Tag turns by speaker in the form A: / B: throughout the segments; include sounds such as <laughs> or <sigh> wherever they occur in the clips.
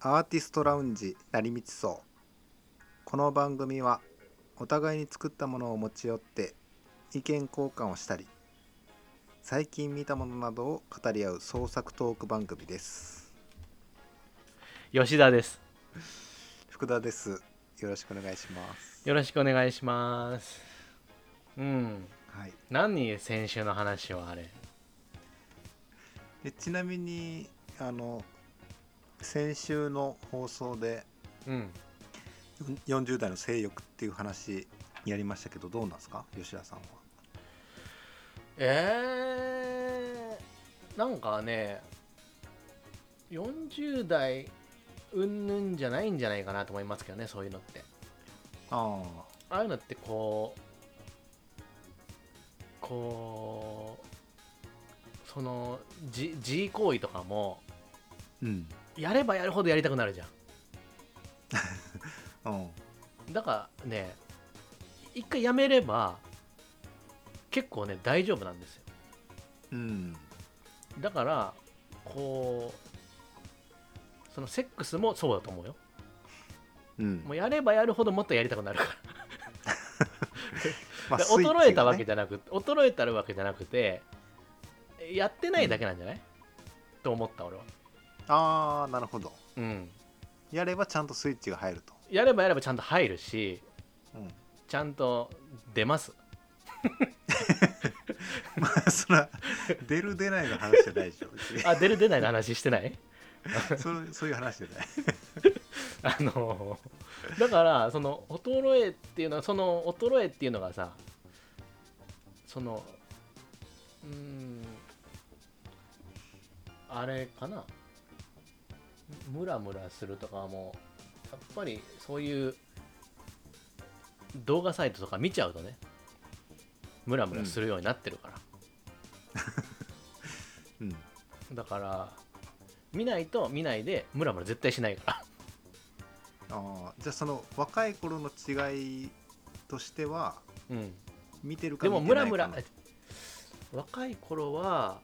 A: アーティストラウンジ成道荘この番組はお互いに作ったものを持ち寄って意見交換をしたり最近見たものなどを語り合う創作トーク番組です
B: 吉田です
A: 福田ですよろしくお願いします
B: よろしくお願いしますうん
A: はい
B: 何先週の話はあれ
A: でちなみにあの先週の放送で
B: うん
A: 40代の性欲っていう話やりましたけどどうなんですか吉田さんは
B: えー、なんかね40代うんぬんじゃないんじゃないかなと思いますけどねそういうのって
A: あ
B: ああいうのってこうこうそのじ自慰行為とかも
A: あうん
B: やればやるほどやりたくなるじゃん
A: うん
B: だからね一回やめれば結構ね大丈夫なんですよ
A: うん
B: だからこうそのセックスもそうだと思うよ
A: うん
B: もうやればやるほどもっとやりたくなるから
A: まあ
B: で
A: スイッチが
B: 衰えたわけ
A: ね
B: じゃなく衰えたるわけじゃなくてやってないだけなんじゃない、と思った俺は
A: ああなるほど
B: うん
A: やればちゃんとスイッチが入ると、
B: やればやればちゃんと入るし
A: うん、
B: ちゃんと出ます
A: まあそら出る出ないの話じゃないでし
B: <laughs>
A: ょ別に
B: あ出る出ないの話してない
A: そのそういう話じゃない
B: あのだからその衰えっていうのはその衰えっていうのがさそのうーんあれかなムラムラするとかはもうやっぱりそういう動画サイトとか見ちゃうとねムラムラするようになってるから、
A: うん
B: だから見ないと見ないでムラムラ絶対しないから
A: あーじゃあその若い頃の違いとしては
B: うん
A: 見てるか
B: で
A: 見
B: も
A: てない
B: ム
A: か
B: ラ
A: の
B: ムラ若い頃は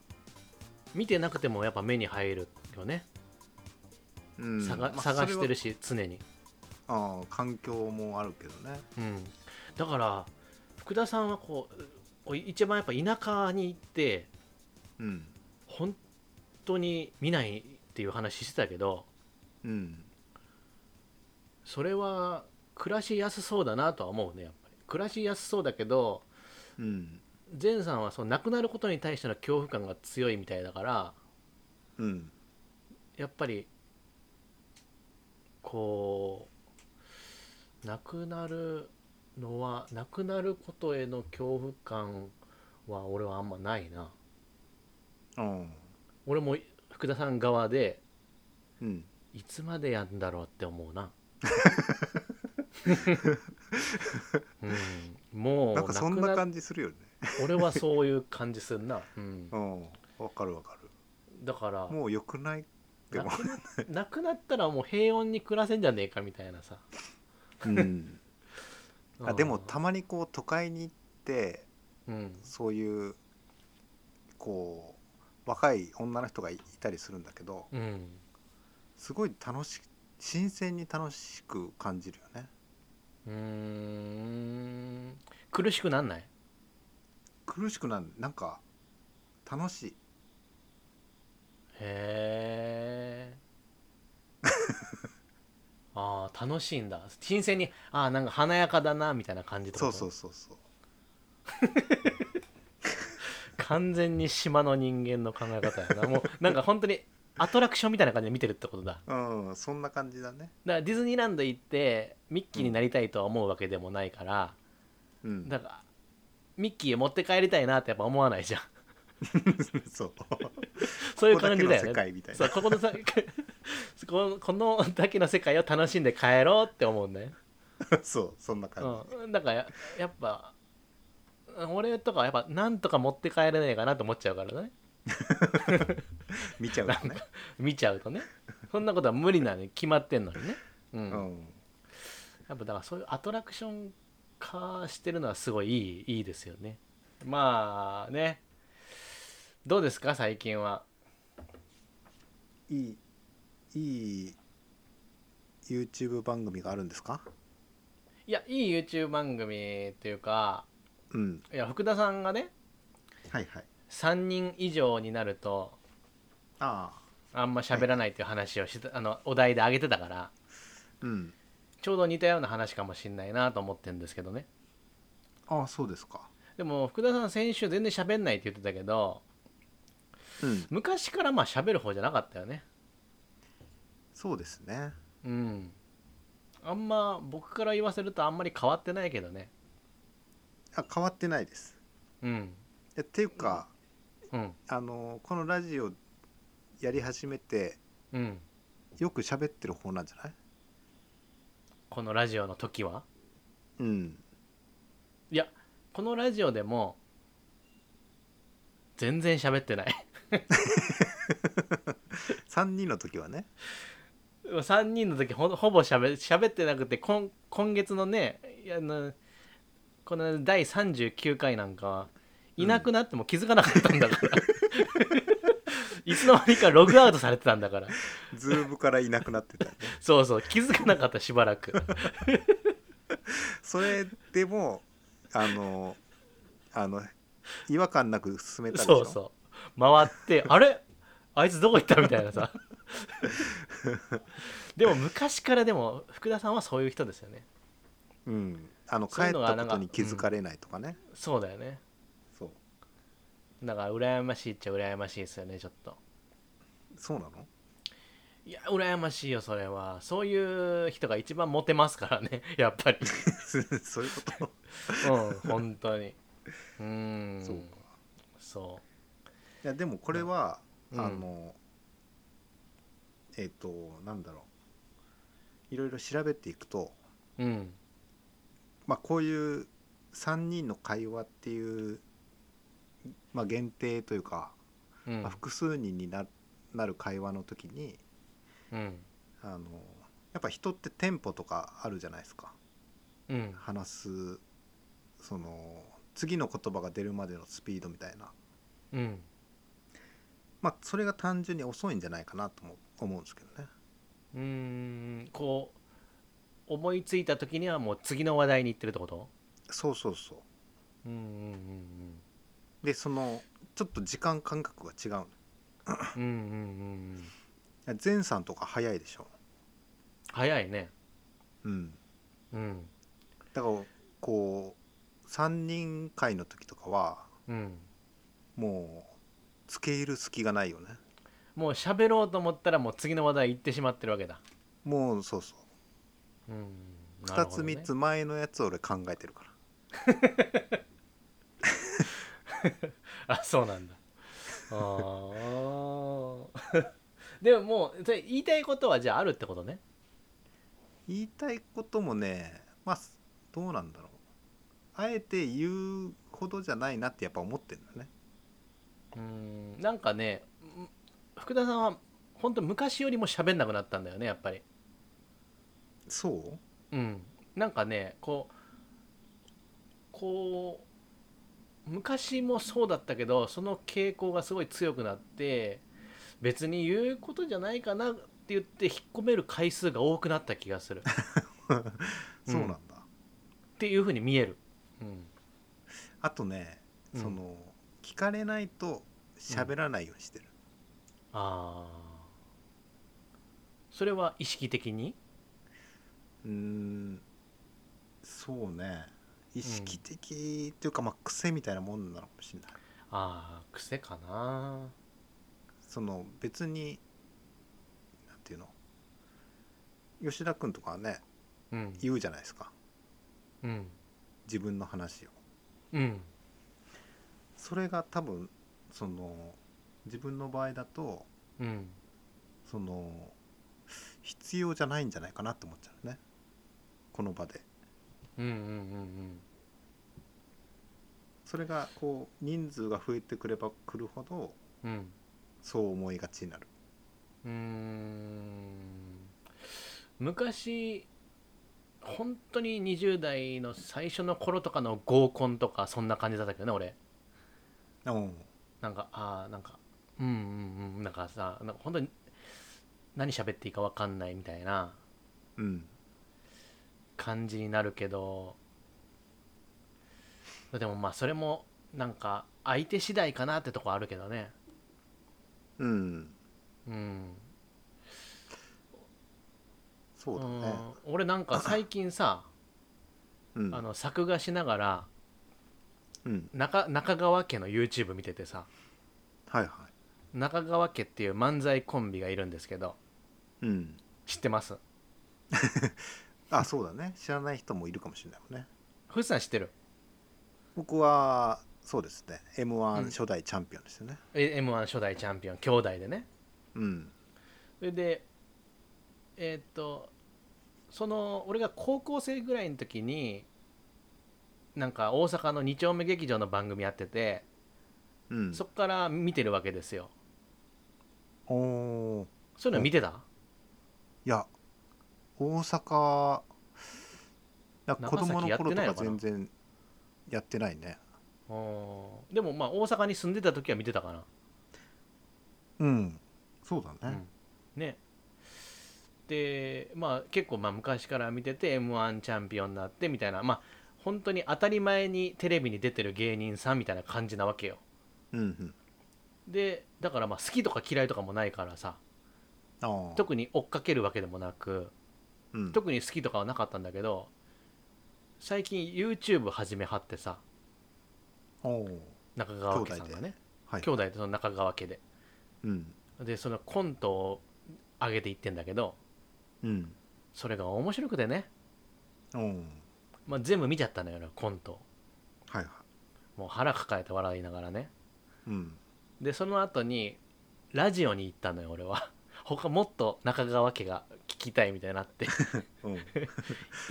B: 見てなくてもやっぱ目に入るよね、
A: うん
B: 探
A: まあ
B: 探してる
A: そ
B: し常
A: れ
B: に、
A: はあー環境もあるけどね
B: うん、だから福田さんはこうこう一番やっぱ田舎に行って
A: うん
B: 本当に見ないっていう話してたけど
A: うん
B: それは暮らしやすそうだなとは思うねやっぱり暮らしやすそうだけど
A: うん
B: 前さんはその亡くなることに対しての恐怖感が強いみたいだから
A: うん
B: やっぱりこうなくなるのはなくなることへの恐怖感は俺はあんまないな
A: うん
B: 俺も福田さん側で
A: うん
B: いつまでやんだろうって思うなうん、もう
A: なんかそんな
B: なくな
A: 感じするよね
B: 俺はそういう感じするな、うん
A: う、んわかるわか
B: だから
A: るもう良くないで
B: な
A: も
B: くななくなったらもう平穏に暮らせんじゃねえかみたいなさ、
A: うん
B: う
A: あ
B: ん
A: でもたまにこう都会に行って
B: うん、
A: そういうこう若い女の人がいたりするんだけど
B: うん、
A: すごい楽し新鮮に楽しく感じるよね
B: うーん苦しくなんない
A: 苦しくなるなんか楽しい
B: へえ
A: <laughs>
B: ああ楽しいんだ新鮮にああんか華やかだなみたいな感じってこ
A: そ
B: と
A: うそうそうそう
B: 完全に島の人間の考え方や
A: <laughs>
B: なもうなんか本当にアトラクションみたいな感じで見てるってことだだか
A: うんそんな感じだね
B: らディズニーランド行ってミッキーになりたいとは思うわけでもないから、
A: うん
B: だからミッキー持って帰りたいなってやっぱ思わないじゃん
A: <laughs> そう
B: そういう感じだよ
A: ここだけの世
B: ね
A: 界みたい
B: そ
A: な
B: うここのさ <laughs> このこのだけの世界を楽しんで帰ろうって思うんだよ、
A: そうそんな感
B: うん、だからややっぱ俺とかはやっぱなんとか持って帰れないかなと思っちゃうからね
A: じ見ちゃうよね
B: 見ちゃうとねそんなことは無理なのに決まってんのにね、うん
A: うん
B: やっぱだからそういうアトラクション化してるのはすごいいいいいですよねまあねどうですか最近はい
A: いいい YouTube 番組があるんですか
B: いやいい YouTube 番組というか
A: うん
B: いや福田さんがね
A: はいはい
B: 3人以上になると
A: ああ
B: あんま喋らないっていう話をしてた、あのお題で挙げてたから
A: うん
B: ちょうど似たような話かもしんないなと思ってるんですけどね
A: ああそうですか
B: でも福田さん先週全然喋んないって言ってたけど
A: うん
B: 昔からまあ喋る方じゃなかったよね
A: そうですね
B: うんあんま僕から言わせるとあんまり変わってないけどね
A: あ変わってないです
B: うん
A: えっていうか、
B: うん
A: あのこのラジオやり始めて
B: うん
A: よく喋ってる方なんじゃない
B: このラジオの時は
A: うん
B: いやこのラジオでも全然喋ってない
A: 3人の時はね
B: 3人の時ほほぼ喋喋ってなくて今今月のねいやあのこの第39回なんかはいなくなっても気づかなかったんだから、いつの間にかログアウトされてたんだから
A: ズームからいなくな
B: <laughs>
A: ってたよね
B: そうそう気づかなかったしばらく
A: それでもあのあの違和感なく進めたでし
B: そ
A: ょ
B: うそう回ってあれあいつどこ行ったみたいなさでも昔からでも福田さんはそういう人ですよね
A: うん、あの帰
B: そうい
A: っ
B: うのが
A: た
B: なん
A: こ
B: か
A: とに気づかれないとかね
B: そうだよね
A: そう
B: だから羨ましいっちゃ羨ましいですよねちょっと
A: そうなの <laughs>
B: いや羨ましいよそれはそういう人が一番モテますからね <laughs> やっぱり
A: そういうこと
B: うん本当にうーん
A: そうか
B: そ
A: いやでもこれは、
B: うん
A: あのえっ、となんだろういろいろ調べていくと、
B: ううん
A: まあ、こういう3人の会話っていう、まあ、限定というか、
B: うん
A: まあ、複数人にななる会話の時に
B: うん
A: あのやっぱ人ってテンポとかあるじゃないですか
B: うん
A: 話すその次の言葉が出るまでのスピードみたいな、
B: うん
A: まあ、それが単純に遅いんじゃないかなとも思うんですけどね。
B: うーんこう思いついた時にはもう次の話題に行ってるってこと
A: そうそうそう
B: うんうん
A: でそのちょっと時間感覚が違う
B: うんうんうんうんうんうん
A: 前さんとか早いでしょ、
B: 早いね
A: うん、
B: うん
A: だからこう3人会の時とかは
B: うん
A: もうつけ入る隙がないよね
B: もう喋ろうと思ったらもう次の話題行ってしまってるわけだ
A: もうそうそう
B: うんな
A: 2
B: るほ
A: つ
B: どね
A: 3つ前のやつを俺考えてるから
B: <laughs> あそうなんだあー <laughs> でももうそれ言いたいことはじゃああるってことね
A: 言いたいこともねまあどうなんだろうあえて言うほどじゃないなってやっぱ思ってるんだね
B: うんなんかねん福田さんは本当昔よりも喋んなくなったんだよねやっぱり
A: そう
B: うんなんかねこうこう昔もそうだったけどその傾向がすごい強くなって別に言うことじゃないかなって言って引っ込める回数が多くなった気がするっ
A: そうなんだ、
B: ていうふうに見える、うん、
A: あとね
B: うん
A: その、聞かれないと喋らないようにしてる、
B: ああそれは意識的に
A: うーんそうね意識的というか、まあ癖みたいなもんなのかもしれない
B: ああ癖かな
A: その別になんていうの吉田君とかはね
B: うん
A: 言うじゃないですか
B: うん
A: 自分の話を
B: うん
A: それが多分その自分の場合だと
B: うん
A: その必要じゃないんじゃないかなって思っちゃうねこの場で
B: うんうんうん
A: それがこう人数が増えてくればくるほど
B: うんうん
A: そう思いがちになる
B: うーん昔本当に20代の最初の頃とかの合コンとかそんな感じだったけどね俺
A: うん
B: なんかああなんかうんうんうんなんかさなんか本当に何喋っていいか分かんないみたいな
A: うん
B: 感じになるけどでもまあそれもなんか相手次第かなってとこあるけどね
A: うん
B: うん
A: そうだね
B: うん俺なんか最近さ
A: うん
B: あの作画しながら
A: うん
B: 中中川家の YouTube 見ててさ
A: はいは
B: 中川家っていう漫才コンビがいるんですけど
A: いうん
B: 知ってます
A: あそうだね知らない人もいるかもしれないもんね
B: フジさん知ってる
A: 僕はそうですね m
B: うん
A: 1初代チャンピオンですよね
B: m 1初代チャンピオン兄弟でね
A: うん
B: それでえーっとその俺が高校生ぐらいの時になんか大阪の2丁目劇場の番組やってて
A: うん
B: そっから見てるわけですよ
A: おおー
B: そういうの見てた
A: いや大阪いや
B: 長
A: 子供の
B: 崎やって
A: 頃と
B: ない
A: か
B: のかな
A: 全然やってないね
B: おーでもまあ大阪に住んでた時は見てたかな
A: うんそうだね
B: うんねでまあ結構まあ昔から見てて m 1チャンピオンになってみたいなまあ本当に当たり前にテレビに出てる芸人さんみたいな感じなわけよ
A: うんうん
B: でだからまあ好きとか嫌いとかもないからさ
A: あー
B: 特に追っかけるわけでもなく
A: うん
B: 特に好きとかはなかったんだけど最近 YouTube 始めはってさ
A: おー
B: 中川家さんがね
A: はい
B: 兄弟とその中川家で
A: うん
B: でそのコントを上げていってんだけど
A: うん
B: それが面白くてね
A: おー
B: まあ、全部見ちゃったのよ俺コント
A: はいはい
B: もう腹抱えて笑いながらね
A: うん
B: でその後にラジオに行ったのよ俺は <laughs> 他もっと中川家が聞きたいみたいになって
A: <laughs> うん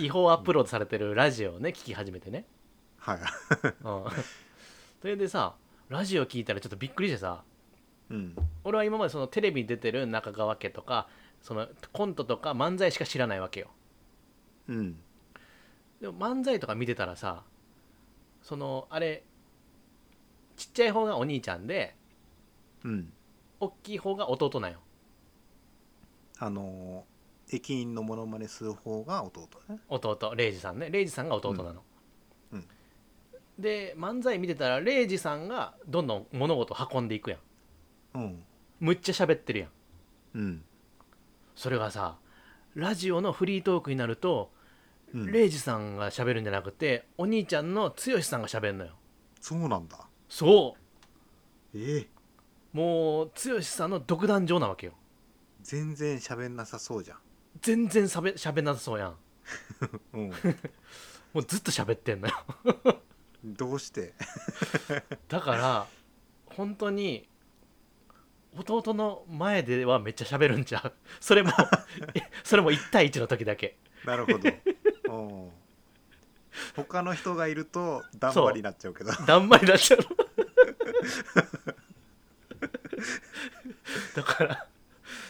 B: 違法アップロードされてるラジオをね聞き始めてね
A: はい
B: うんそれでさラジオ聞いたらちょっとびっくりしてさ
A: うん
B: 俺は今までそのテレビに出てる中川家とかそのコントとか漫才しか知らないわけよ
A: うん
B: でも漫才とか見てたらさそのあれちっちゃい方がお兄ちゃんで
A: うん
B: 大きい方が弟なんよ
A: あのー駅員のモノマネする方が弟ね
B: 弟レイジさんねレイジさんが弟なの、
A: うんうん
B: で漫才見てたらレイジさんがどんどん物事を運んでいくや
A: う
B: ん
A: ん
B: むっちゃ喋ってるやん
A: うん
B: それがさラジオのフリートークになると、
A: うん
B: レイジさんが喋るんじゃなくてお兄ちゃんの剛さんが喋るのよ
A: そうなんだ
B: そ
A: ええ
B: うもう剛さんの独壇場なわけよ
A: 全然喋んなさそうじゃん
B: 全然しゃべ喋んなさそうやん
A: うん
B: <laughs> もうずっと喋ってん
A: <laughs>
B: のよ
A: どうして <laughs>
B: だから本当に弟の前ではめっちゃ喋るんちゃう
A: <laughs>
B: それもえそれも1対1の時だけ
A: なるほどうん他の人がいるとだんまりになっちゃうけど
B: だんまりな
A: <laughs>
B: っちゃうのだから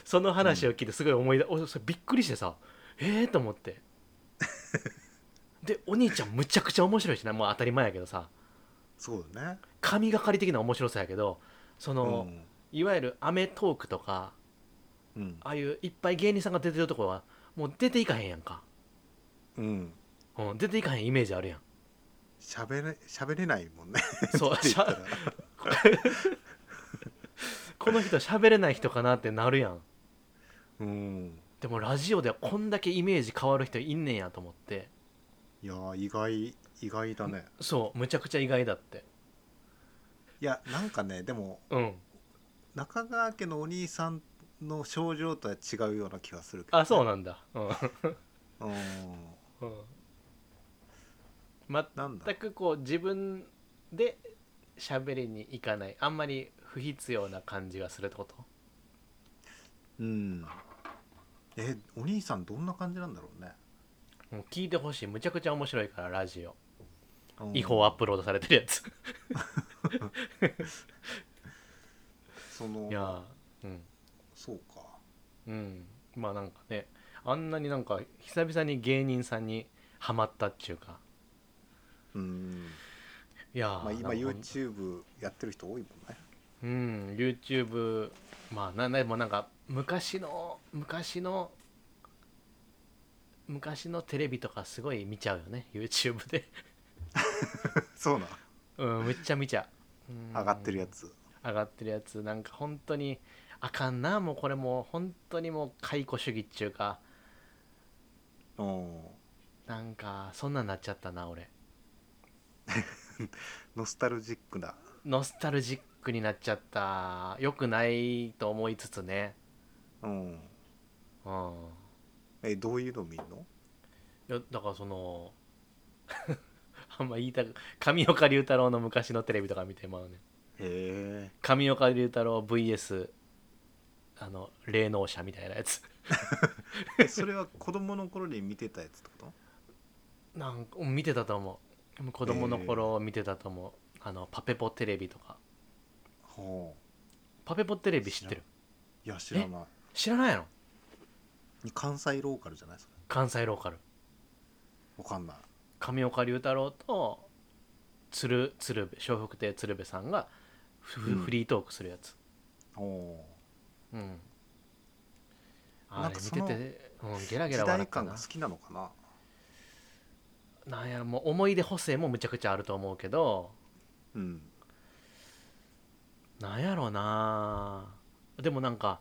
B: その話を聞いてすごい思い出、おそれびっくりしてさええー、と思ってでお兄ちゃんむちゃくちゃ面白いしなもう当たり前やけどさ
A: そうだね
B: 神がかり的な面白さやけどその、
A: ん
B: いわゆる『アメトーク』とか
A: うん
B: ああいういっぱい芸人さんが出てるとこはもう出ていかへんやんか、
A: うん
B: うん、出ていかへんイメージあるやん
A: 喋れ喋れない
B: <laughs>
A: もんね <laughs>
B: そう
A: って言っ
B: したゃ
A: ら
B: この人喋れない人かなってなるやん
A: うん
B: でもラジオではこんだけイメージ変わる人いんねんやと思って
A: いやー意外意外だね
B: そうむちゃくちゃ意外だって
A: いやなんかねでも
B: うん
A: 中川家のお兄さんの症状とは違うような気がするけど、
B: あそう
A: う
B: なんだう
A: う
B: ん、
A: ん
B: うん、
A: なんだ
B: 全くこう自分で喋りに行かないあんまり不必要な感じがするってこと
A: うんえお兄さんどんな感じなんだろうね
B: もう聞いてほしいむちゃくちゃ面白いからラジオ
A: うん
B: 違法アップロードされてるやつ
A: その
B: <laughs> いやーうん
A: そうか
B: うんまあなんかねあんなになんか久々に芸人さんにハマったっちゅうか
A: うん
B: いやー
A: まあ、今
B: なんか
A: YouTube やってる人多いもんね <laughs>
B: うん YouTube まあななでもなんか昔の昔の昔のテレビとかすごい見ちゃうよね YouTube
A: <laughs>
B: で
A: そうな
B: うんめっちゃ見ちゃううん
A: 上がってるやつ
B: 上がってるやつなんか本当にあかんなもうこれもう本当にもう解雇主義っちゅうか
A: うん
B: なんかそんなんなっちゃったな俺
A: ノスタルジックな
B: ノスタルジックになっちゃった良くないと思いつつね
A: うん
B: うん
A: えどういうの見るの
B: いやだからその <laughs> あんま言いたく上岡龍太郎の昔のテレビとか見てまうね
A: へえ
B: 上岡龍太郎 VS あの霊能者みたいなやつ
A: <laughs> えそれは子供の頃に見てたやつってこと
B: なんか見てたと思う子供の頃見てたと思う、あのパペポテレビとか
A: ほう
B: パペポテレビ知ってる
A: いや知らない
B: 知らないの
A: 関西ローカルじゃないそれ
B: 関西ローカル
A: わかんない
B: 上岡龍太郎と鶴鶴瓶笑福亭鶴瓶さんがフ,、
A: うん
B: フリートークするやつ
A: お
B: うんあ
A: なん
B: れ
A: か
B: 見
A: そ
B: て
A: の
B: て、うん、ゲラゲ
A: 時
B: ラ笑
A: 代
B: った
A: 感が
B: な
A: 好きなのかな
B: なんやろもう思い出補正もむちゃくちゃあると思うけど
A: うん
B: なんやろなでもなんか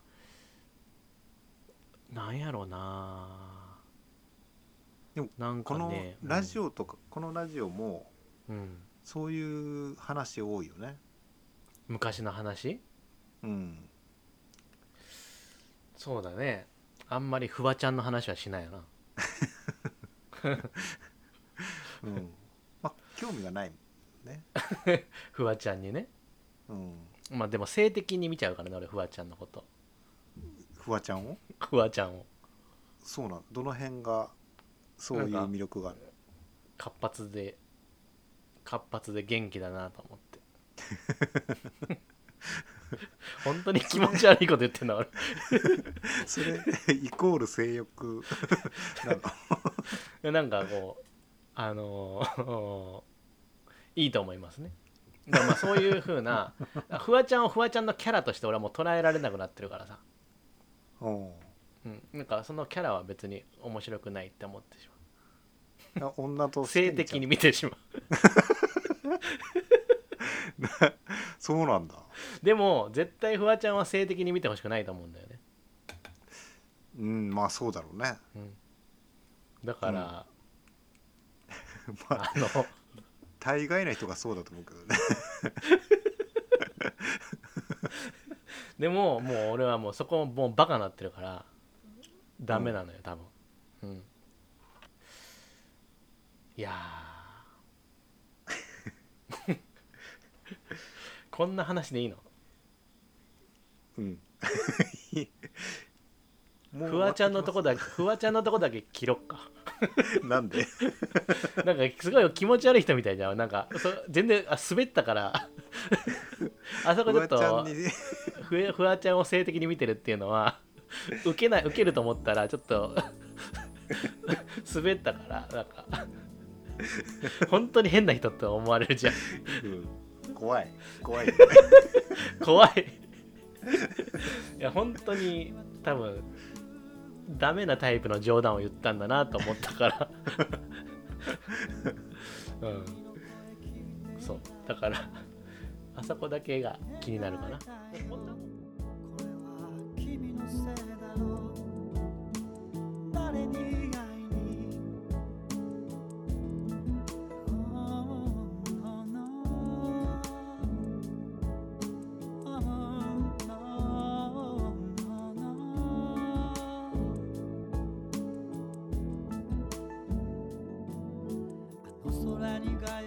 B: なんやろな
A: でも
B: なん
A: こ
B: か
A: の
B: ね
A: ラジオとか、このラジオも
B: うんうん
A: そういう話多いよね
B: 昔の話
A: うん
B: そうだねあんまりフワちゃんの話はしないよな <laughs>
A: うんまあ興味がないね
B: フワちゃんにね
A: うん
B: まあでも性的に見ちゃうからね俺フワちゃんのこと
A: フワちゃんを
B: フワちゃんを
A: そうなんどの辺がそういう魅力がある
B: 活発で活発で元気だなと思って本当に気持ち悪いこと言ってんな俺
A: それ
B: <laughs>
A: イコール性欲なの
B: でなんかこうあのー <laughs> いいと思いますねだからまあそういうふうなフワちゃんをフワちゃんのキャラとして俺はもう捉えられなくなってるからさ、
A: うん
B: うん、なんかそのキャラは別に面白くないって思ってしま
A: あ女と
B: う性的に
A: に
B: 見てしまう
A: そうなんだ
B: でも絶対フワちゃんは性的に見てほしくないと思うんだよね、
A: うんまあそうだろうね
B: うん、だから、
A: <laughs> まあ
B: あの
A: 大概な人がそうだと思うけどね
B: でももう俺はもうそこもうバカになってるからダメなのよ、多分うんいやーこんな話でいいの
A: うんもう
B: <laughs> フワちゃんのとこだけフワちゃんのとこだけ切ろっか
A: <laughs> なん
B: <laughs>
A: で
B: なんかすごい気持ち悪い人みたいじゃんなんかそ全然あ滑ったから
A: <laughs>
B: あそこ
A: フ
B: ち
A: ワ
B: ょっ
A: ちゃ
B: と
A: んに
B: ふえフワちゃんを性的に見てるっていうのは受けない受けると思ったらちょっと滑ったからなんか本当に変な人って思われるじゃん
A: うん怖い怖いよね
B: 怖いいや本当に多分ダメなタイプの冗談を言ったんだなと思ったからうんそうだからあそこだけが気になるかな
C: これは君のせいだろう誰に以外にあの空に凱